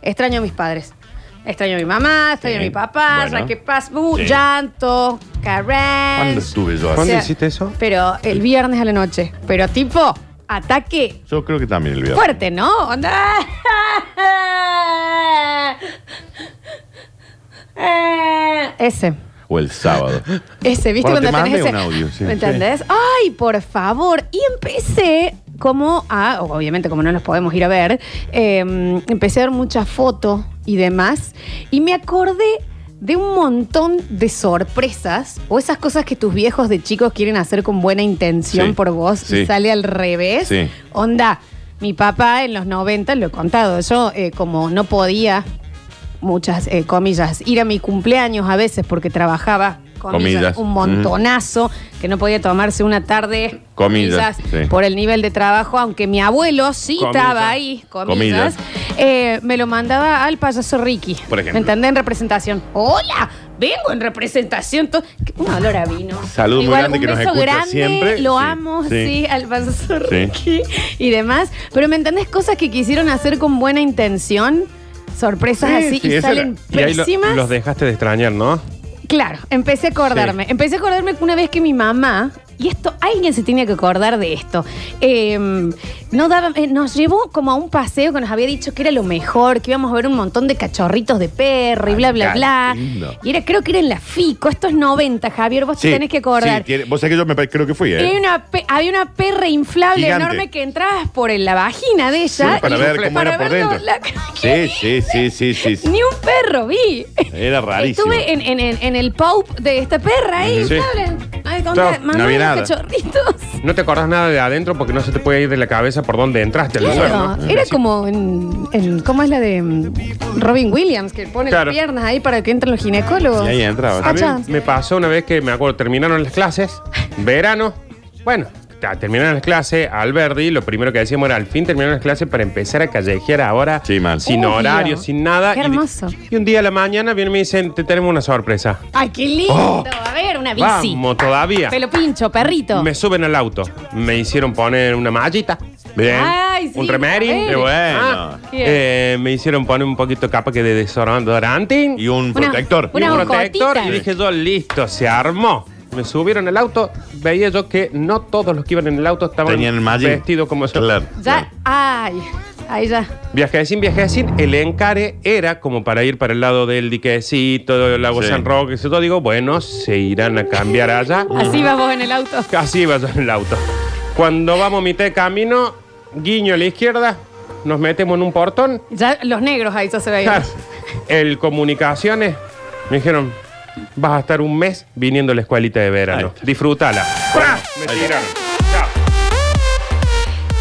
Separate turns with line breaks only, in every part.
Extraño a mis padres. Extraño a mi mamá, extraño
Sí.
a mi papá,
Bueno.
ya que pasa, uh,
Sí.
llanto,
¿Cuándo
carrés.
estuve yo
O sea,
así?
¿Cuándo hiciste eso?
Pero el viernes a la noche. Pero tipo, ataque
Yo creo que también el viernes.
fuerte, ¿no? Onda. Ese.
O el sábado.
Ese, ¿viste
Cuando
cuando,
te
tenés ese?
mande un audio, sí.
¿Me entendés? Ay, por favor. Y empecé como a, obviamente como no los podemos ir a ver, eh, empecé a ver muchas fotos y demás. Y me acordé de un montón de sorpresas o esas cosas que tus viejos de chicos quieren hacer con buena intención
Sí,
por vos
sí.
y sale al revés.
Sí.
Onda, mi papá en los 90, lo he contado, yo eh, como no podía muchas eh, comillas, ir a mi cumpleaños a veces porque trabajaba comillas,
Comillas.
un montonazo, que no podía tomarse una tarde
Comillas, sí.
por el nivel de trabajo, aunque mi abuelo sí
Comillas.
estaba ahí, comillas,
Comillas.
eh, me lo mandaba al payaso Ricky.
Por ejemplo.
¿Me entendés? En representación. ¡Hola! Vengo en representación. to- Un olor a vino.
Saludo muy grande
un
que nos
beso
escucha
grande,
siempre.
Lo
Sí,
amo,
sí.
sí, al payaso
Sí.
Ricky y demás. Pero ¿me entendés? Cosas que quisieron hacer con buena intención. Sorpresas
Sí,
así
sí,
y
esa
salen
era-
Y ahí lo-
pésimas.
los dejaste de extrañar, ¿no?
Claro, empecé a acordarme. Empecé a acordarme que una vez que mi mamá, y esto, alguien se tenía que acordar de esto, eh, no daba- eh, nos llevó como a un paseo que nos había dicho que era lo mejor, que íbamos a ver un montón de cachorritos de perro y
Ay,
bla, bla,
qué
bla.
lindo.
Y era, creo que era en la FICO, esto es 90, Javier, vos
Sí,
te tenés que acordar.
sí, tiene- vos sabés que yo me pa- creo que fui,
Y hay
¿eh?
una pe- había una perra inflable
Gigante.
enorme que entrabas por el- la vagina de ella.
Sí, para
y-
ver cómo
para
era por
ver
dentro.
la-
Sí, sí, sí, sí, sí. sí.
Ni un perro vi.
Era rarísimo.
Estuve en, en- en- en el pop de esta perra ahí,
Sí.
inflable. Ay, con
No,
la- mamá
no vi
de los
nada.
cachorritos.
No te acordás nada de adentro porque no se te puede ir de la cabeza por donde entraste al lugar,
Claro,
¿no?
era
Sí.
como en, en- ¿Cómo es la de mm, Robin Williams? Que pone
Claro.
las piernas ahí para que entren los ginecólogos.
Y ahí entraba.
A
Ah,
mí
ya.
me pasó una vez que, me acuerdo, terminaron las clases, verano. Bueno, ta- terminaron las clases, Alberdi, lo primero que decíamos era, al fin terminaron las clases para empezar a callejear ahora.
Sí, mal.
Sin
Obvio.
horario, sin nada.
Qué
Y-
hermoso.
Y, un día a la mañana vienen y me dicen, te tenemos una sorpresa.
Ay, qué lindo. A ver, una bici.
Vamos, todavía.
Pelo pincho, perrito.
Me suben al auto. Me hicieron poner una mallita.
Bien.
Ay, sí,
un remeri.
a ver.
Qué bueno.
Bien.
eh, me hicieron poner un poquito capa que de desodorante.
Y un
Una-
protector.
una-
un
bocotita.
protector y dije yo, listo, se armó. Me subieron al auto, veía yo que no todos los que iban en el auto estaban
Tenían el Magic.
vestidos como yo.
Claro.
Ya, ay, ahí ya.
Viajecín, viajecín, el encare era como para ir para el lado del diquecito, del lago
Sí.
San Roque, y todo. Digo, bueno, se irán a cambiar allá.
Así vas vos en el auto.
Casi iba yo en el auto. Cuando vamos a mitad de camino, guiño a la izquierda, nos metemos en un portón.
Ya los negros ahí ya se veían.
Claro. El comunicaciones me dijeron, vas a estar un mes viniendo a la escuelita de verano.
Ahí está.
Disfrútala. ¡Pra! Me
Ahí
tiraron. Chao.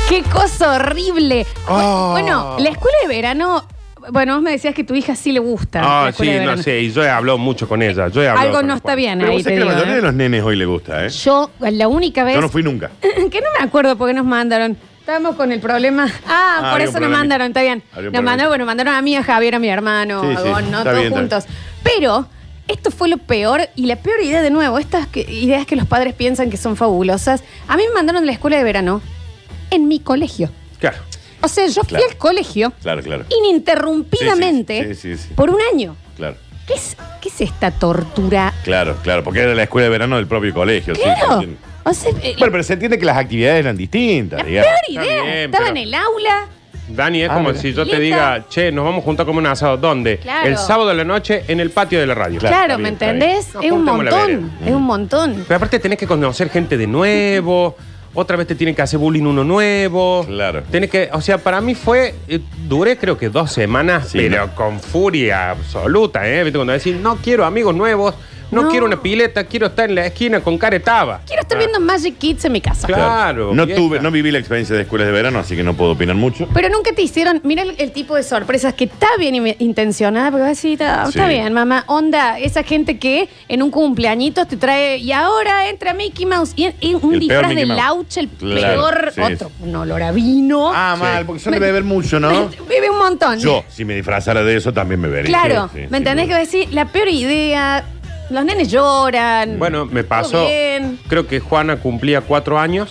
¡Qué cosa horrible!
Oh.
Bueno, la escuela de verano. Bueno, vos me decías que tu hija sí le gusta. la
Ah,
escuela
sí,
de
no
verano.
sé. Y yo he hablado mucho con ella. Yo he hablado
Algo
con
no
la
está
Juana.
bien
Pero
ahí.
vos
Te
sabés que la
digo,
mayoría de
¿eh?
los nenes hoy le gusta, ¿eh?
Yo, la única vez
Yo no fui nunca.
que no me acuerdo porque nos mandaron. Estábamos con el problema. Ah,
Ah,
por eso
había un
nos
problemita.
mandaron, está bien.
Había un
Nos
problemita.
mandaron, bueno, mandaron a mí, a Javier, a mi hermano,
Sí,
a
sí,
vos, ¿no?
está
Todos
bien, está
juntos. Pero esto fue lo peor y la peor idea de nuevo, estas que- ideas que los padres piensan que son fabulosas. A mí me mandaron a la escuela de verano en mi colegio.
Claro.
O sea, yo fui
Claro.
al colegio
Claro, claro.
ininterrumpidamente
Sí, sí, sí, sí.
por un año.
Claro.
¿Qué es, qué es esta tortura?
Claro, claro, porque era la escuela de verano del propio colegio. sí, se
Claro.
entiende.
O sea, eh,
Bueno, pero se entiende que las actividades eran distintas,
la
digamos.
peor
está
idea.
bien,
Estaba en
pero-
el aula.
Dani, es
Ah,
como
mira.
si yo te
Lista.
diga, che, nos vamos juntos a comer un asado. ¿Dónde?
Claro.
El sábado de la noche en el patio de la radio.
Claro,
Claro,
¿me
está bien, está
entendés?
bien.
es un
No, cortemos la
montón. Es
Mm.
un montón.
Pero aparte tenés que conocer gente de nuevo. Otra vez te tienen que hacer bullying uno nuevo.
Claro.
Tenés que, o sea, para mí fue, eh, duré creo que dos semanas,
Sí,
pero
¿no?
con furia absoluta, ¿eh? ¿Viste? Cuando decís, no quiero amigos nuevos, no,
No.
quiero una pileta, quiero estar en la esquina con caretaba.
Quiero
Ah.
estar viendo Magic Kids en mi casa.
Claro.
No
vieja.
tuve, no viví la experiencia de escuelas de verano, así que no puedo opinar mucho.
Pero nunca te hicieron, mira el, el tipo de sorpresas que está bien in- intencionada, porque vas a decir, "Ah, está
Sí.
bien, mamá, onda, esa gente que en un cumpleañitos te trae, y ahora entra Mickey Mouse, y, y un
El peor
disfraz
Mickey
de
Mouse.
lauch, el
Claro,
peor,
sí.
otro, un olor a vino,
Ah,
Sí.
mal, porque yo no debe beber mucho, ¿no?
vive un montón.
Yo, si me disfrazara de eso, también me vería.
Claro,
Sí, sí,
¿me entendés? Que vas
sí.
a decir, la peor idea, los nenes lloran.
Bueno, me
Todo
pasó,
bien.
creo que Juana cumplía cuatro años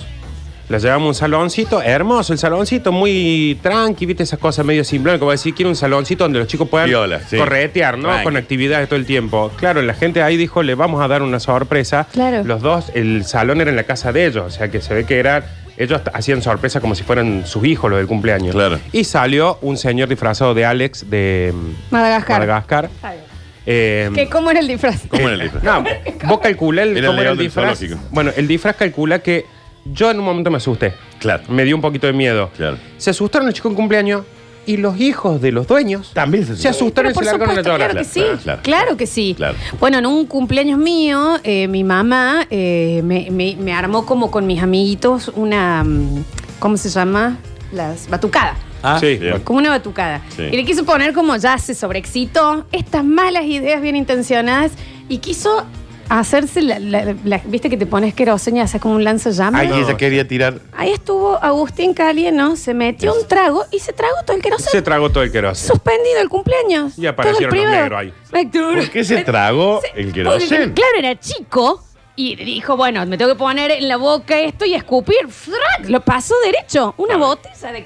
La llevamos a un saloncito, hermoso el saloncito, muy tranqui, viste esas cosas medio simples, como decir, quiero un saloncito donde los chicos puedan
Viola, sí.
corretear, ¿no?
Tranqui.
Con actividades todo el tiempo. Claro, la gente ahí dijo, le vamos a dar una sorpresa.
Claro.
Los dos, el salón era en la casa de ellos, o sea que se ve que eran, ellos hacían sorpresa como si fueran sus hijos los del cumpleaños.
Claro.
Y salió un señor disfrazado de Alex de mm,
Madagascar.
Madagascar.
Está bien.
Eh,
¿Qué, ¿Cómo era el disfraz?
¿Cómo era el disfraz?
no, vos calculá el,
Era el
cómo era
león
el
del
disfraz.
zoológico.
Bueno, el disfraz calcula que yo en un momento me asusté.
Claro.
Me dio un poquito de miedo.
Claro.
Se asustaron los chicos en cumpleaños y los hijos de los dueños
También
se asustaron
Pero
y se
por
largaron a
supuesto, claro
llorar.
que sí.
Claro,
Claro,
claro.
que sí.
Claro.
Bueno, en un cumpleaños mío, eh, mi mamá eh, me, me- me armó como con mis amiguitos una. mm, ¿Cómo se llama? Las batucadas.
Ah,
Sí.
Bien.
Como una batucada.
Sí.
Y le quiso poner como ya se sobreexcitó estas malas ideas bien intencionadas y quiso hacerse la, la- la- viste que te pones queroseña, haces como un lanzallamas.
Ahí
No.
ella quería tirar.
Ahí estuvo Agustín Calieno, se metió un trago y se tragó todo el queroseno.
Se tragó todo el queroseno.
Suspendido el cumpleaños.
Y aparecieron
Todo el
los
privado.
negros ahí.
Héctor.
¿Por qué se tragó
Se-
el
porque,
querosén?
Claro, era chico. Y dijo, bueno, me tengo que poner en la boca esto y escupir. ¡Frac! Lo pasó derecho. Una botella de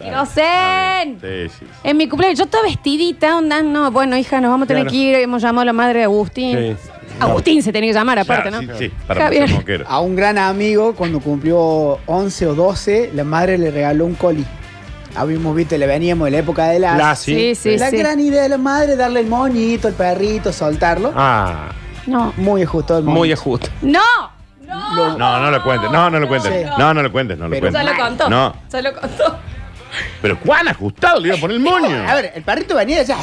querosén.
Sí, sí. sí.
En mi cumpleaños, yo estaba vestidita, onda, no, bueno, hija, nos vamos a tener
Claro.
que ir, hemos llamado a la madre de Agustín.
Sí.
Agustín se tenía que llamar aparte,
Claro,
¿no?
Sí, sí, para
Javier.
ser moquero.
A un gran amigo, cuando cumplió 11 o 12, la madre le regaló un coli. Habíamos visto, le veníamos de la época de las.
La,
Sí,
sí.
sí,
la
sí.
gran idea de la madre, darle el moñito, el perrito, soltarlo.
Ah,
No.
Muy ajustado el moñito.
muy ajusto.
¡No! ¡No!
Lo-
No, no lo cuentes, no, no lo cuentes.
Sí.
No, no lo cuentes, no lo
Pero-
Ya
cuentes.
lo contó.
No.
Ya lo contó.
Pero Juan ajustado, le iba a poner el moño.
A ver, el perrito venía y decía.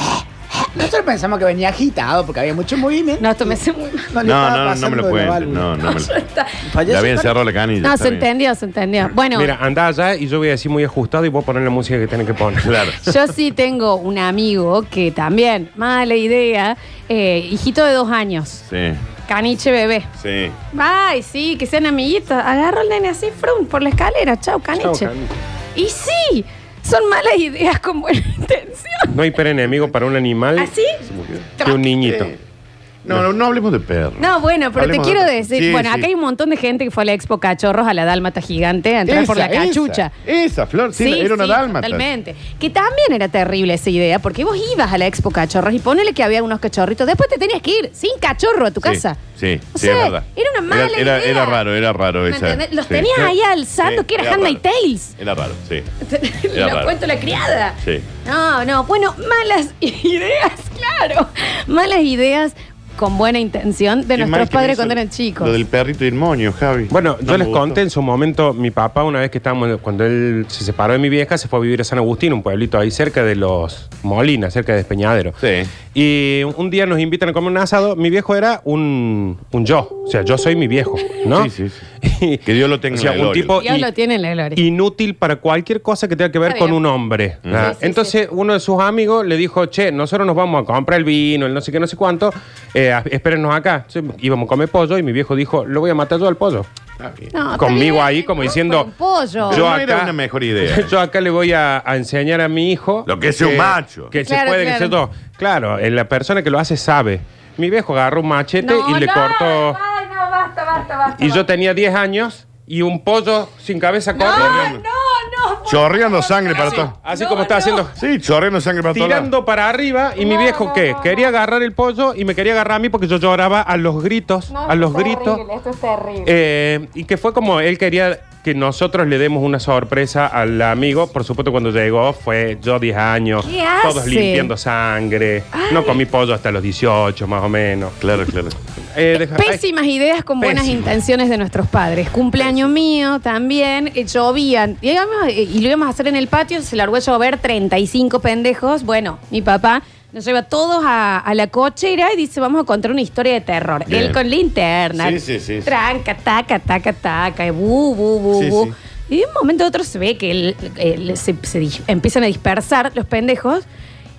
Nosotros pensamos que venía agitado porque había mucho movimiento.
No, esto me hace muy mal.
No, le
No,
estaba
no, no me
pasando
lo
de la
cuentes.
válvula.
No, no me lo
Ya está.
Falleció
Ya había
el perrito.
encerrado la canilla.
No,
está
se
bien.
entendió, se entendió. Bueno,
Mira, andá allá y yo voy a decir muy ajustado y vos poner la música que tenés que poner.
Claro.
yo sí tengo un amigo que también, mala idea, eh, hijito de dos años,
Sí,
caniche bebé.
sí.
Ay, sí, que sean amiguitos. Agarro el nene así, frun, por la escalera. Chau, caniche.
Chau, caniche.
Y sí, son malas ideas con buena intención.
No hay enemigo para un animal
¿Así?
que un niñito.
Sí. No, no, no hablemos de perro.
No, bueno, pero
Hablemos
te quiero
de-
decir,
Sí,
bueno,
sí.
acá hay un montón de gente que fue a la Expo Cachorros, a la Dálmata Gigante, a entrar por la
Esa,
cachucha.
Esa, esa, Flor, sí, era una dálmata.
Totalmente. Que también era terrible esa idea, porque vos ibas a la Expo Cachorros y ponele que había unos cachorritos. Después te tenías que ir sin cachorro a tu
Sí,
casa.
Sí,
O
sí,
sea,
es verdad.
Era una mala
era, era-
idea.
era raro, era raro
¿Me
esa.
entendés? Los
sí.
tenías
Sí.
ahí alzando, que era Hand
raro.
and Tails.
Era raro, sí.
Lo
Era raro.
cuento la criada.
Sí.
No, no. Bueno, malas ideas, claro. Malas ideas con buena intención de
Qué mal
nuestros
que me
padres
hizo
cuando eran chicos.
Lo del perrito y el moño, Javi.
Bueno,
No
yo
me
les
gustó.
conté en su momento, mi papá, una vez que estábamos, cuando él se separó de mi vieja, se fue a vivir a San Agustín, un pueblito ahí cerca de los Molinas, cerca de Despeñadero.
Sí.
Y un día nos invitan a comer un asado. Mi viejo era un, un yo. O sea, yo soy mi viejo, ¿no?
Sí, sí, sí. Que Dios lo tenga
O sea,
en la
un
gloria.
tipo
Dios
i-
lo tiene en la gloria.
inútil para cualquier cosa que tenga que ver
Está
con
bien.
un hombre. Ah,
Sí, sí,
Entonces, uno de sus amigos le dijo, che, nosotros nos vamos a comprar el vino, el no sé qué, no sé cuánto, eh, a- espérennos acá. Entonces, íbamos a comer pollo y mi viejo dijo, lo voy a matar yo al pollo.
No, está
conmigo
bien,
ahí, como
no,
diciendo,
con pollo.
Pero
yo
no era
acá-
una mejor idea.
Yo acá le voy a, a enseñar a mi hijo.
Lo que es un macho.
Que
Claro,
se puede,
claro.
que se todo. Claro, eh, la persona que lo hace sabe. Mi viejo agarró un machete
No,
y le
no,
cortó.
ay, no, basta, basta, basta,
Y yo
basta.
tenía 10 años y un pollo sin cabeza
No,
corriendo.
no, no. por
Chorreando
favor,
sangre para
no,
todos.
Así
no,
como
no.
estaba haciendo.
Sí, chorreando sangre para todos. lados.
Tirando para arriba y mi
No,
viejo
no,
qué?
no, no.
quería agarrar el pollo y me quería agarrar a mí porque yo lloraba a los gritos,
No,
a los
esto es
gritos.
terrible, esto es terrible.
Eh, y que fue como él quería que nosotros le demos una sorpresa al amigo. Por supuesto, cuando llegó fue yo 10 años,
¿Qué
todos
hace?
limpiando sangre. No comí pollo hasta los 18, más o menos.
Claro, claro.
Eh, deja- ay,
Pésimas ideas con buenas
Pésimo.
intenciones de nuestros padres. Cumpleaños mío también, eh, llovían. Y, íbamos- eh, y lo íbamos a hacer en el patio, se largó a llover 35 pendejos. Bueno, mi papá nos lleva a todos a, a la cochera y dice, vamos a contar una historia de terror.
Bien.
Él con linterna.
Sí, sí, sí, sí.
Tranca, taca, taca, taca, y bu, bu, bu,
Sí,
bu.
sí.
Y de un momento a otro se ve que el- el- se, se dis- empiezan a dispersar los pendejos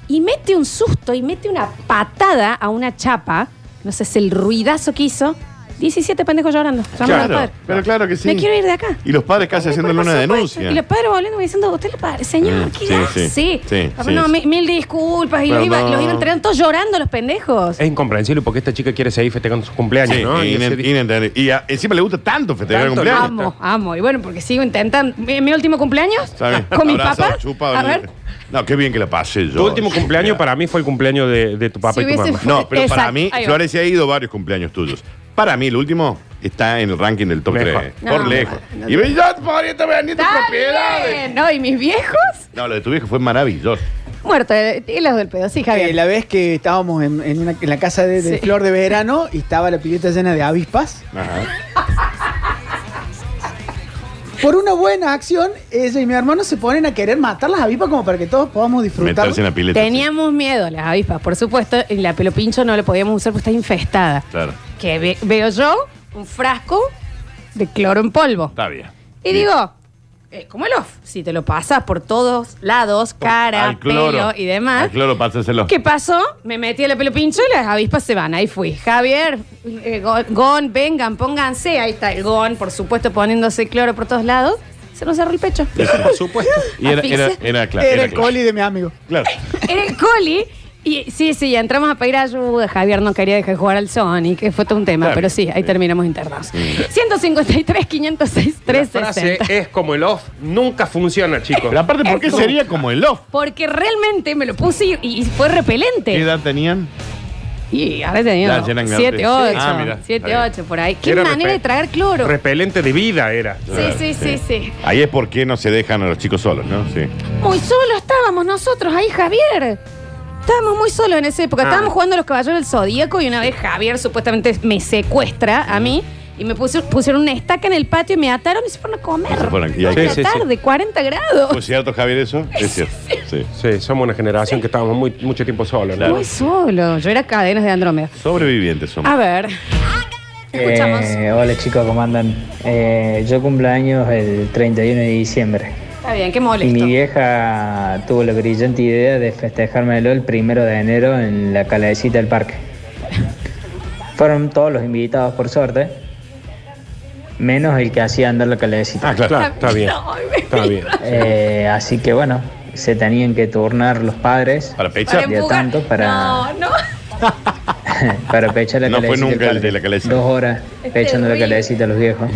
y mete un susto y mete una patada a una chapa. No sé, es el ruidazo que hizo. 17 pendejos llorando. Llamando a los
Claro,
padres.
pero claro que sí.
Me quiero ir de acá.
Y los padres casi haciéndole
Por
una
supuesto.
denuncia.
Y los padres volviendo y diciendo, usted le padre, señor,
Mm,
¿qué
sí,
hace?
sí. Sí,
Papá,
sí,
no,
sí.
mi- mil disculpas. Y los iba,
Perdón.
los iban entregando todos llorando los pendejos.
Es incomprensible porque esta chica quiere seguir festejando su
Sí,
cumpleaños, ¿no? Y
inen-
ese día-
inentendible. Y a- encima le gusta tanto festejar el
Tanto,
cumpleaños.
¿no?
Amo, amo. Y bueno, porque sigo intentando. Mi, mi último cumpleaños
Está bien.
con mi
Abrazado,
papá.
chupado,
a
ni-
ver,
No, qué bien que la pasé yo.
tu último cumpleaños para mí fue el cumpleaños de, de tu papá
Si
y tu
hubiese
mamá.
fu-
No, pero para
Exacto,
mí,
ahí va.
Flores, se ha ido varios cumpleaños tuyos. Para mí, el último está en el ranking del top
Lejos.
3.
No,
por lejos.
no,
y me yo podría también venir tus
está
propiedades.
bien. No, y mis viejos
No, lo de tu viejo fue maravilloso.
muertos. eh, Y los del pedo, sí,
Eh,
Javier.
la vez que estábamos en, en una- en la casa de, de
Sí.
Flor de Verano y estaba la pileta llena de avispas.
Ajá.
Por una buena acción, ella y mi hermano se ponen a querer matar las avispas como para que todos podamos disfrutar.
Meterse en la pileta.
Teníamos miedo, las avispas, por supuesto. Y la pelopincho no la podíamos usar porque está infestada.
sí. Claro.
Que ve- veo yo un frasco de cloro en polvo.
Está bien.
Y
Bien.
digo, eh, como el off, si te lo pasas por todos lados, cara,
Al cloro.
pelo y demás.
Al cloro, pásaselo.
¿Qué pasó? Me metí a la pelo pincho y las avispas se van. Ahí fui. Javier, eh, Gon- Gon, vengan, pónganse. Ahí está el Gon, por supuesto, poniéndose cloro por todos lados. Se nos cerró el pecho.
Por supuesto.
Y era, era,
asfixia.
era claro.
Era el
claro.
coli de mi amigo.
Claro.
Era el coli. Y sí, sí, entramos a pedir ayuda. Javier no quería dejar jugar al Sonic. que Fue todo un tema,
Está
pero
bien,
sí, ahí
sí.
terminamos internados. 153, 506,
La frase
360.
es como el off, nunca funciona, chicos.
Pero aparte, ¿por qué
Eso.
sería como el off?
Porque realmente me lo puse y, y fue repelente.
¿Qué edad tenían?
Y ahora tenía
Ya, ya eran
7,
grandes.
8,
Ah, mira, está
7,
bien.
8 por ahí. Qué
Era
manera
repe-
de tragar cloro.
Repelente de vida era.
Sí, sí, sí, sí.
Ahí es por qué no se dejan a los chicos solos, ¿no? Sí.
Muy solos estábamos nosotros ahí, Javier. Estábamos muy solos en esa época.
Ah.
Estábamos jugando a los caballeros del Zodíaco y una vez Javier supuestamente me secuestra a mí y me puso- pusieron una estaca en el patio y me ataron y se fueron a comer.
Y se fueron, y ahí-
Cuatro de
Sí, sí,
la
sí.
tarde, 40 grados.
¿Fue cierto, Javier, eso? Es cierto. Sí.
Sí, somos una generación que estábamos muy, mucho tiempo solos. ¿no?
Muy solo. Yo era cadenas de Andrómeda.
Sobrevivientes somos.
A ver. Escuchamos.
Eh, hola chicos, ¿cómo andan? Eh, yo cumplo años el 31 de diciembre.
Está bien, qué
Y mi
molesto.
vieja tuvo la brillante idea de festejármelo el primero de enero en la calecita del parque. Fueron todos los invitados, por suerte, menos el que hacía andar la calecita.
Ah, claro.
Claro, está bien.
Ay, me-
Está bien.
Eh, así que bueno, se tenían que turnar los padres
Para
Para
pechar.
Vale.
empujar.
tanto para-
No, no.
para pechar la
No fue
calecita del
nunca el
parque.
de la calecita.
Dos horas
Es
pechando la
terrible.
calecita a los viejos.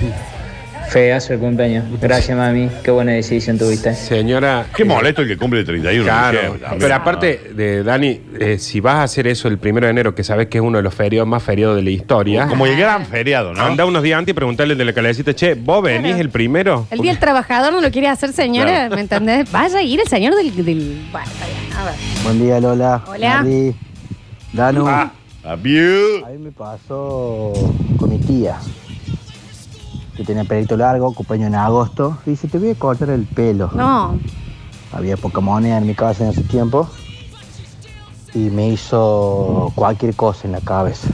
Feazo el cumpleaños. Gracias, mami. Qué buena decisión tuviste.
Señora.
Qué
eh,
molesto el que cumple el 31.
Claro,
¿no? Qué-
pero aparte, de Dani, eh, si vas a hacer eso el primero de enero, que sabes que es uno de los feriados más feriados de la historia,
Como el gran feriado, ¿no?
anda unos días antes y preguntarle de la calecita, che, ¿vos venís el primero?
El día del trabajador no lo quiere hacer, señora.
Claro.
¿Me entendés? Vaya a ir el señor del. del... Bueno, está bien. A ver.
Buen día, Lola.
Hola.
Mardi, Danu.
Ah.
Abuse.
A mí me pasó con mi tía, que tenía pelito largo, cumpleaños en agosto. Y dice, te voy a cortar el pelo.
No.
Había poca moneda en mi casa en ese tiempo. Y me hizo cualquier cosa en la cabeza.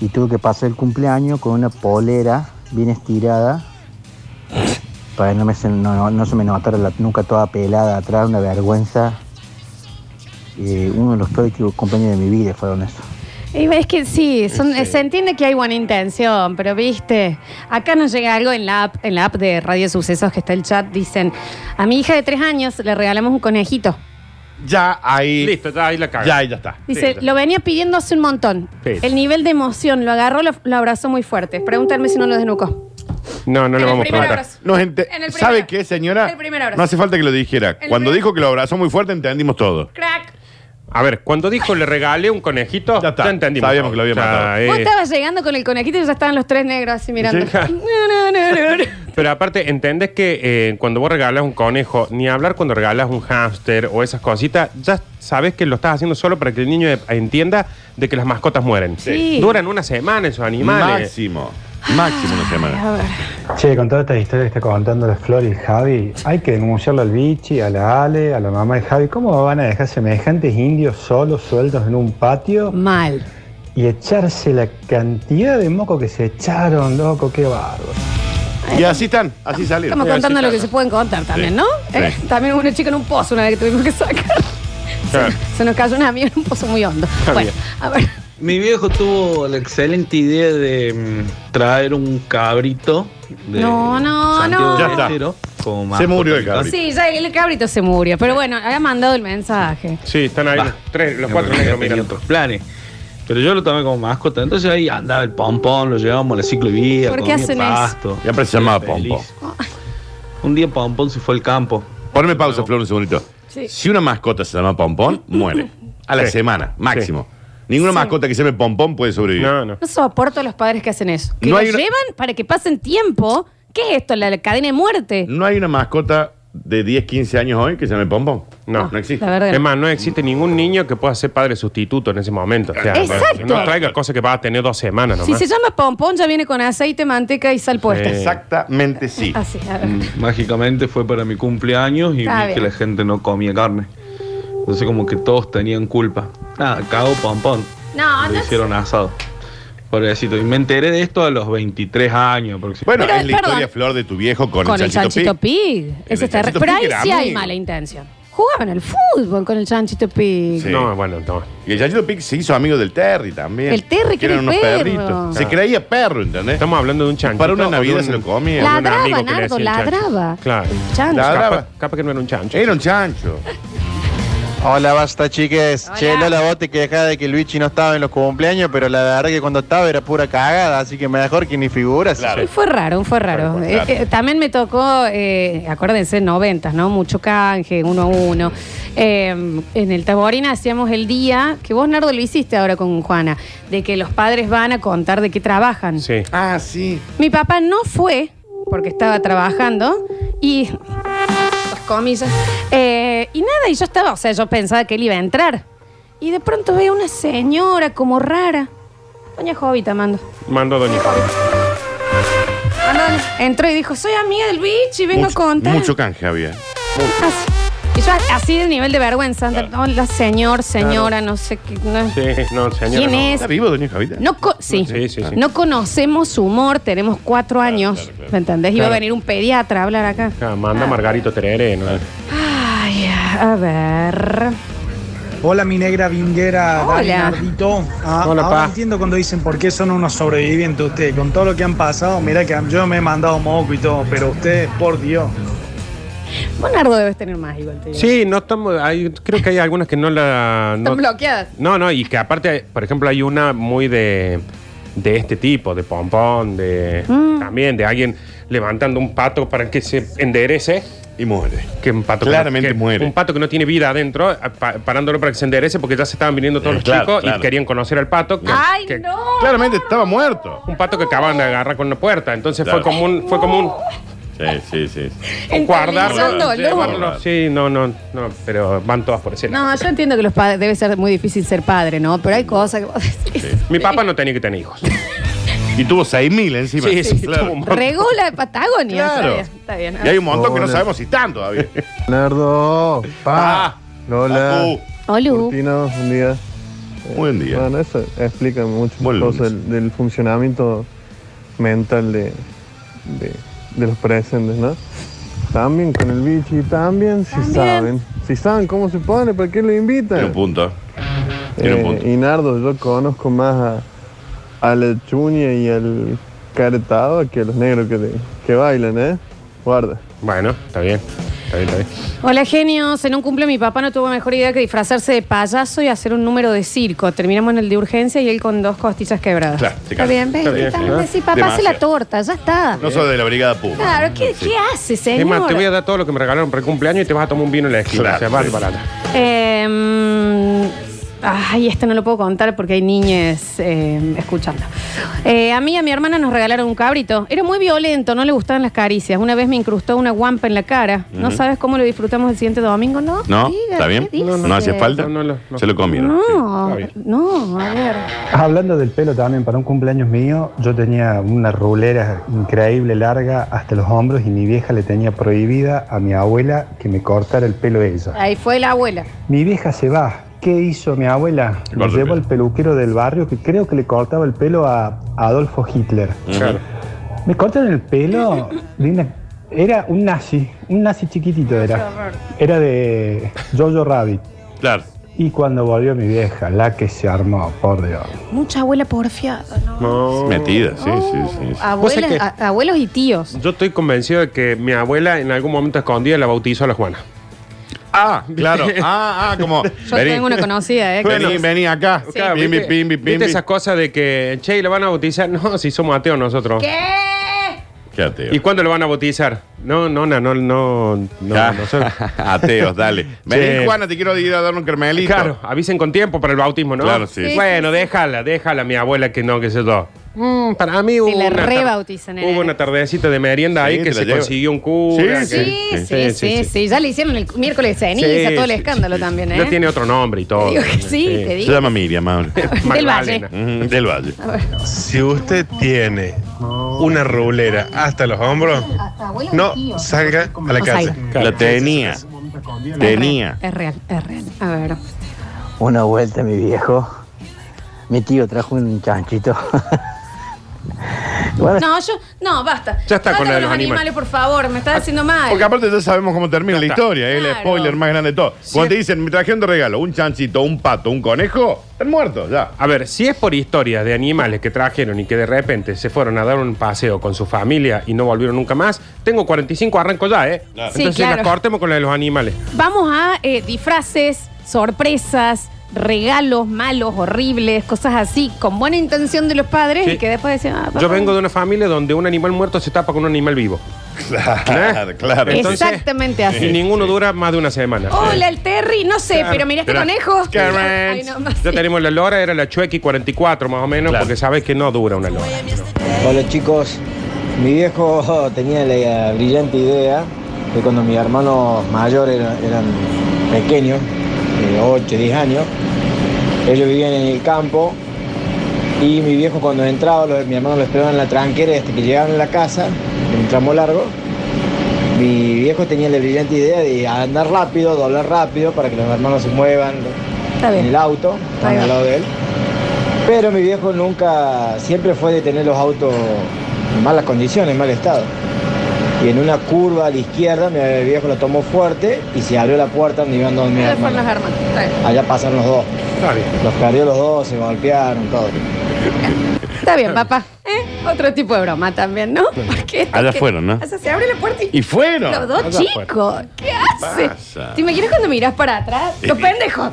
Y tuve que pasar el cumpleaños con una polera bien estirada. Para que no, me se- no- no- no se me notara la nuca toda pelada atrás, una vergüenza. Eh, uno de los peores que- cumpleaños de mi vida fueron esos.
Y Es que sí, son- se entiende que hay buena intención, pero viste, acá nos llega algo en la app, en la app de Radio Sucesos que está el chat, dicen, a mi hija de tres años le regalamos un conejito.
Ya ahí.
Listo, ya ahí la caga.
Ya, ya está.
Dice,
Sí.
lo venía pidiendo hace un montón.
Sí.
El nivel de emoción, lo agarró, lo, lo abrazó muy fuerte. Pregúntame si no lo desnucó.
No, no
En
le
el
vamos a
primer
preguntar.
abrazo.
Nos ente-
En el primer-
¿Sabe qué, señora?
el primer abrazo.
No hace falta que lo dijera.
El
Cuando
primer-
dijo que lo abrazó muy fuerte, entendimos todo.
Crack.
A ver, cuando dijo le regalé un conejito,
Ya está.
entendimos.
Sabíamos que lo había
O sea,
matado.
eh,
Vos estabas llegando con el conejito y ya estaban los tres negros así mirando.
Sí.
No, no, no, no, no.
Pero aparte, entendés que eh, cuando vos regalas un conejo, ni hablar cuando regalas un hámster o esas cositas, ya sabes que lo estás haciendo solo para que el niño eh, entienda de que las mascotas mueren.
Sí.
Duran una semana esos animales.
Máximo. Máximo una semana.
A ver.
Che, con todas estas historias que está contando la Flor y el Javi, hay que denunciarlo al Bichi, a la Ale, a la mamá de Javi. ¿Cómo van a dejar semejantes indios solos, sueltos en un patio
Mal.
y echarse la cantidad de moco que se echaron, loco? Qué bárbaro.
Y así están, así salieron.
Estamos
Sí, así
contando lo que se
están.
pueden contar también,
Sí.
¿no?
Sí.
Eh, también hubo una chica en un pozo una vez que tuvimos que sacar.
Claro.
Se, se nos cayó una amiga en un pozo muy hondo.
Está
bueno,
bien.
a ver.
Mi viejo tuvo la excelente idea de mm, traer un cabrito. De
No, no,
Santiago
no.
del
Ya está.
Estero como
Se
mascota
murió el
de casa.
cabrito.
Sí, ya el cabrito se murió, pero bueno, había mandado el mensaje.
Sí, están ahí
Va.
los, tres, los cuatro
Porque
negros
tenía
mirando.
otros planes. Pero yo lo tomé como mascota. Entonces ahí andaba el pompón, lo llevábamos a la ciclovía.
¿Por qué
comía
hacen eso?
pasto.
Siempre se llamaba
Feliz.
Pompón.
Un día pompón se fue al campo.
Ponme pausa, Flor, un segundito.
Sí.
Si una mascota se llama Pompón, muere. A la
Sí.
semana, máximo. Ninguna
Sí.
mascota que se llame Pompón puede sobrevivir.
No, no.
No soporto a los padres que hacen eso. Que
No
los
hay una-
llevan para que pasen tiempo. ¿Qué es esto? ¿La, la cadena de muerte?
No hay una mascota de 10, 15 años hoy que se llame Pompón.
No.
no existe.
La verdad.
Es más, no existe ningún niño que pueda ser padre sustituto en ese momento. O sea,
Exacto.
No traiga cosas que va a tener dos semanas
si
nomás.
se llama pompón, ya viene con aceite, manteca y sal puesta.
Sí.
Exactamente sí. Mm.
Así, a ver.
Mm, Mágicamente fue para mi cumpleaños y
Está
vi que
bien.
la gente no comía carne. Entonces como que todos tenían culpa. Nada, cago pompón.
No,
Lo
no.
hicieron asado. Pobrecito. Y me enteré de esto a los 23 años aproximadamente.
Bueno,
Pero,
es la
perdón.
historia, Flor, de tu viejo con,
Con el chanchito
Pig.
pig. Ese
el
está re-
chanchito
Pero
pig
ahí
era
sí hay
amigo.
mala intención. Jugaban al fútbol con el chanchito pig.
Sí.
No, bueno, no.
Y el chanchito Pig se hizo amigo del Terry también.
El Terry, que era el perro.
Se creía perro, ¿entendés?
Ah. Estamos hablando de un chanchito.
Para una
o de
Navidad
un-
se lo comía.
o de un
Ladraba,
amigo que le
Nardo,
decía el chancho.
ladraba.
Claro.
Chancho.
Ladraba.
Capaz, capaz que no era un chancho.
Era un chancho.
Hola, basta chiques.
Hola.
Che, Lola, vos te quejás de que Luigi no estaba en los cumpleaños, pero la verdad que cuando estaba era pura cagada, así que mejor que ni figuras.
Claro.
Y fue raro, fue raro.
Claro,
Eh, eh, también me tocó, eh, acuérdense, noventas, ¿no? Mucho canje, uno a uno. Eh, en el Taborina hacíamos el día, que vos, Nardo, lo hiciste ahora con Juana, de que los padres van a contar de qué trabajan.
Sí.
Ah, sí.
Mi papá no fue porque estaba trabajando y. Las comillas. Eh, y nada, y yo estaba, o sea, yo pensaba que él iba a entrar. Y de pronto veo una señora como rara. Doña Jovita, mando.
Mando a Doña Paula.
Manuel entró y dijo, soy amiga del bicho y vengo
mucho,
a contar.
Mucho canje había.
Así. Y yo así de nivel de vergüenza. Hola, señor, señora, no sé qué. No,
Sí, no, señora.
¿Quién
no.
es?
¿Está vivo, doña Javita?
No, co- sí.
Sí, sí, sí.
no conocemos su humor, tenemos cuatro años. ¿Me entendés? Iba a
Claro.
venir un pediatra a hablar acá.
Ah, manda a Margarito Terere. ¿no?
Ay, a ver.
Hola, mi negra
Ah,
vinguera. Dani
Hola.
Nardito. Ah,
Hola,
ahora
pa.
entiendo cuando dicen por qué son unos sobrevivientes ustedes. Con todo lo que han pasado, mira que yo me he mandado moco y todo, pero ustedes, por Dios.
Bonardo debes tener más igual. Te digo.
Sí, no estamos. hay- creo que hay algunas que no la. no-
Están bloqueadas.
No, no, y que aparte, por ejemplo, hay una muy de, de este tipo, de pompón, de
Mm.
también de alguien levantando un pato para que se enderece.
Y muere.
Que un pato
Claramente
que no- que-
muere.
Un pato que no tiene vida adentro, a- pa- parándolo para que se enderece porque ya se estaban viniendo todos
Eh,
los
claro,
chicos
claro.
y querían conocer al pato. que-
Ay,
que-
no.
Claramente estaba muerto.
Un pato que acababan de agarrar con una puerta. Entonces
Claro.
fue como un. Fue como un
Sí, sí, sí.
Internalizando
guardarlo,
el
llevarlo.
dolor.
Sí, no, no, no, pero van todas por ese lado.
No, yo entiendo que los padres debe ser muy difícil ser padre, ¿no? Pero hay cosas que vos decís.
Mi papá no tenía que tener hijos.
Y tuvo 6.000 encima.
Sí, sí, tuvo
claro.
un montón.
Regula de Patagonia. Está
Claro.
bien. Está bien.
Y hay un montón que no
Hola.
sabemos si están todavía.
Leonardo,
Pa.
Lola,
Papu,
Olu.
Cortina, buen día.
Buen día.
Bueno, eso explica muchas
Buen lunes.
cosas del, del funcionamiento mental de, de- de los presentes, ¿no? También con el bichi, también si
También.
saben. Si saben cómo se pone, ¿para qué lo
Tiene un
invitan?
punto. Tiene un
Eh,
punto.
y Nardo, yo conozco más a, a la chuña y al caretado que a los negros que, te- que bailan, ¿eh? Guarda.
Bueno, está bien. Está bien, está bien.
Hola, genios. En un cumple mi papá no tuvo mejor idea que disfrazarse de payaso y hacer un número de circo. Terminamos en el de urgencia y él con dos costillas quebradas.
Claro, te
está
cago.
bien, ves.
Está bien,
Está
sí.
bien, Sí, papá, hace
Demasiado.
la torta, ya está.
No soy de la Brigada Puma.
Claro, ¿qué,
Sí.
qué hace,
Es
señor?
más, te voy a dar todo lo que me regalaron para el cumpleaños y te vas a tomar un vino en la esquina.
Claro,
o sea,
sí.
bárbara.
Eh, mm, ay, este no lo puedo contar porque hay niñas eh, escuchando. Eh, a mí y a mi hermana nos regalaron un cabrito. Era muy violento, no le gustaban las caricias. Una vez me incrustó una guampa en la cara. ¿No sabes cómo lo disfrutamos el siguiente domingo? No,
¿No?
diga,
¿Está bien?
¿qué dice?
No, hacía falta.
No, no, no.
Se lo comieron.
No,
sí, está
no, a ver.
Hablando del pelo también, para un cumpleaños mío, yo tenía una rulera increíble larga hasta los hombros y mi vieja le tenía prohibida a mi abuela que me cortara el pelo ella.
Ahí fue la abuela.
Mi vieja se va. ¿Qué hizo mi abuela?
Le
Lo
cortó el
llevó
pelo.
al peluquero del barrio que creo que le cortaba el pelo a a Adolfo Hitler.
Claro.
Me cortan el pelo de una- Era un nazi, un nazi chiquitito era. Era de Jojo Rabbit.
Sí. Claro.
Y cuando volvió mi vieja, la que se armó, por Dios.
Mucha abuela porfiada, ¿no?
Metida, sí,
Oh.
sí, sí. sí.
Vos
Abuelas-
sabés que-
a- abuelos y tíos.
Yo estoy convencido de que mi abuela en algún momento escondida la bautizó a la Juana.
Ah, claro. Ah, ah, como.
Yo tengo una conocida, ¿eh? que-
Vení, vení acá.
Sí.
Claro,
Pimbi,
¿viste?
pimbi,
¿Viste
pimbi.
esas cosas de que, che, ¿y lo van a bautizar? No, si somos ateos nosotros.
¿Qué?
Qué ateo.
¿Y cuándo lo van a bautizar? No, no, no, no, no, no,
Ah,
nosotros.
Ateos, dale. Vení,
Sí.
Juana, te quiero ir a dar un carmelito.
Claro, avisen con tiempo para el bautismo, ¿no?
Claro, sí. Sí,
Bueno, déjala, déjala, mi abuela que no, que se yo. Mm, para mí hubo
la
una, tar-
rebautizan, eh.
hubo una tardecita de merienda
Sí,
ahí que
te la
se
lleva.
consiguió un cura.
Sí,
Sí,
que-
sí, sí, sí, Ya le hicieron el miércoles de ceniza,
Sí,
todo el
sí,
escándalo
sí.
también, ¿eh?
Ya tiene otro nombre y todo.
Te digo que sí, te
Se
digo.
llama Miriam ahora.
Del
Magdalena.
Valle.
Mm, Del Valle.
Si usted tiene una rulera hasta los hombros,
Abuelo
no salga a la
No calle.
calle.
salga.
La tenía. Tenía.
Es real, es real. A ver.
Una vuelta mi viejo, mi tío trajo un chanchito. Bueno,
No, yo. No, basta.
Ya está
Basta
con la de
los
los
animales,
animales,
por favor. Me está haciendo mal.
Porque aparte ya sabemos cómo termina la
está.
historia, es el
Claro.
spoiler más grande de todo. Cuando te dicen, me trajeron de regalo un chanchito, un pato, un conejo, están muertos ya.
A ver, si es por historias de animales que trajeron y que de repente se fueron a dar un paseo con su familia y no volvieron nunca más, tengo 45, arranco ya, ¿eh?
Claro.
Sí,
Entonces
claro.
las cortemos con la de los animales.
Vamos a eh, disfraces, sorpresas, regalos malos, horribles, cosas así, con buena intención de los padres
Sí.
y que después decían. ah, papá.
Yo vengo de una familia donde un animal muerto se tapa con un animal vivo.
Claro, claro.
Entonces- eh,
Exactamente así.
Y ninguno dura más de una semana.
Hola, el Terry. No sé, pero mira este
Mira.
conejo.
Carmen.
Ay, no, más
Ya
sí.
tenemos la lora, era la Chuequi 44 más o menos,
Claro.
porque sabes que no dura una lora.
Hola chicos, mi viejo tenía la brillante idea de cuando mis hermanos mayores eran, eran pequeños, de 8, 10 años, ellos vivían en el campo y mi viejo cuando entraba, los, mi hermano lo esperaba en la tranquera hasta que llegaban a la casa, en un tramo largo, mi viejo tenía la brillante idea de andar rápido, doblar rápido para que los hermanos se muevan
Está
en
bien.
el auto,
Ahí va.
al lado de él. Pero mi viejo nunca, siempre fue de tener los autos en malas condiciones, en mal estado. Y en una curva a la izquierda, mi viejo lo tomó fuerte y se abrió la puerta donde iban dos mis
Ahora fueron los
hermanos.
hermanos. Está bien.
Allá pasaron los dos.
Está bien.
Los perdió los dos, se golpearon, todo.
Está bien, papá. ¿Eh? Otro tipo de broma también, ¿no? Porque esto
Allá
que-
fueron, ¿no?
O sea, se abre la puerta y.
Y fueron.
Los dos
allá
chicos. ¿Qué haces?
pasa?
¿Te imaginas cuando miras para atrás? Los
Sí.
pendejos.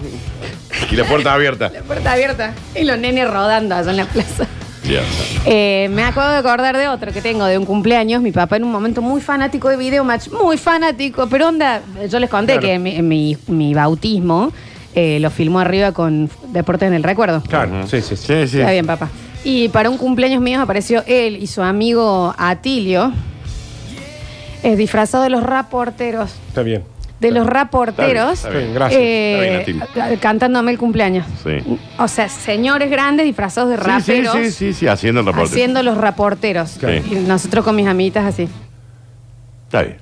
Y la puerta abierta.
La puerta abierta. Y los nenes rodando allá en la plaza.
Ya.
Eh, me acabo de acordar de otro que tengo de un cumpleaños. Mi papá en un momento muy fanático de Videomatch, muy fanático. Pero onda, yo les conté
Claro.
que mi, mi- mi bautismo eh, lo filmó arriba con Deportes en el Recuerdo.
Claro, sí, sí, sí.
Sí, sí.
Está bien, papá. Y para un cumpleaños mío apareció él y su amigo Atilio, eh, disfrazado de los raporteros.
Está bien.
De los raporteros.
Está bien, está bien,
gracias.
eh,
Está bien,
cantándome el cumpleaños.
Sí.
O sea, señores grandes disfrazados de
Sí, sí,
raperos.
sí, sí, sí, haciendo el reporte.
Haciendo los reporteros.
Sí.
Y nosotros con mis amiguitas así.
Está bien.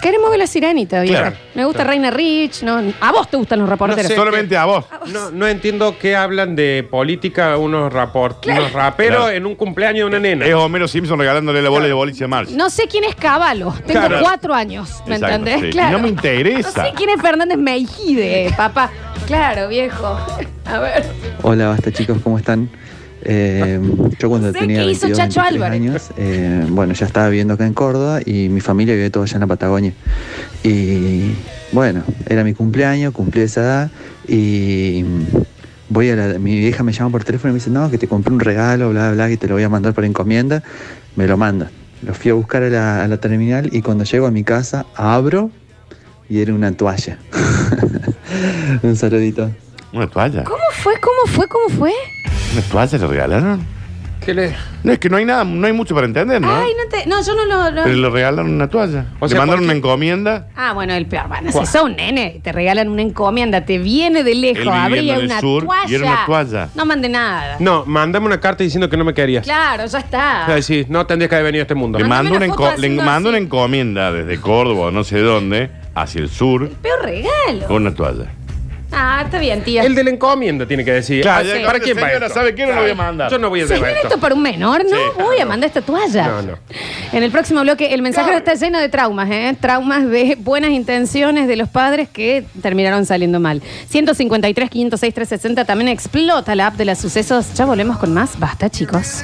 Queremos ver la sirenita, vieja.
Claro.
Me gusta Reina Rich. No, a vos te gustan los reporteros.
sé.
Solamente a vos.
No, no entiendo qué hablan de política unos, rapor- unos raperos
Claro.
en un cumpleaños de una nena.
Es Homero Simpson regalándole la bola de boliche a March.
No sé quién es Caballo. Tengo
Claro.
cuatro años. ¿Me
Exacto,
entendés?
sí. Y
Claro.
no me interesa.
No sé quién es Fernández Meijide, papá. Claro, viejo. A ver.
Hola, basta chicos, ¿cómo están? Eh, yo cuando
Sé
tenía
que hizo
22,
Chacho
23
Álvarez.
años, eh, bueno, ya estaba viviendo acá en Córdoba y mi familia vive todo allá en la Patagonia. Y bueno, era mi cumpleaños, cumplí esa edad y voy a la- mi vieja me llama por teléfono y me dice, no, que te compré un regalo, bla, bla, que te lo voy a mandar por encomienda. Me lo manda. Lo fui a buscar a la, a la terminal y cuando llego a mi casa abro y era una toalla. un saludito.
Una toalla.
¿Cómo fue? ¿Cómo fue? ¿Cómo fue?
¿Una toalla le regalaron?
¿Qué le-
No, es que no hay nada, no hay mucho para entender, ¿no?
Ay, no te. No, yo no lo. no-
Pero le regalaron una toalla.
O
O
sea,
le mandaron
porque-
una encomienda.
Ah, bueno, el peor. Bueno, si
¿Cuál?
sos un nene, te regalan una encomienda, te viene de lejos,
Él viviendo
abría
en el
una
sur
toalla.
y era una toalla.
No mande nada.
No, mandame una carta diciendo que no me querías.
Claro, ya está.
O sea, sí, no tendrías que haber venido a este mundo.
Le
Mándame
mandó
una
una,
foto
enco- le
haciendo
mandó una
así.
encomienda desde Córdoba, no sé dónde, hacia el sur,
Peor regalo.
con una toalla.
Ah, está bien, tía.
El de la encomienda tiene que decir.
Claro,
Ah,
ya,
¿Para
claro,
quién va
señora,
esto?
¿sabe qué? No lo voy a mandar.
Yo no voy a
Señor,
llevar
esto.
esto.
para un menor, ¿no?
Sí,
Voy a mandar esta toalla.
No, no.
En el próximo bloque, el mensaje está lleno de traumas, ¿eh? Traumas de buenas intenciones de los padres que terminaron saliendo mal. 153, 506, 360 también explota la app de los sucesos. Ya volvemos con más. Basta, chicos.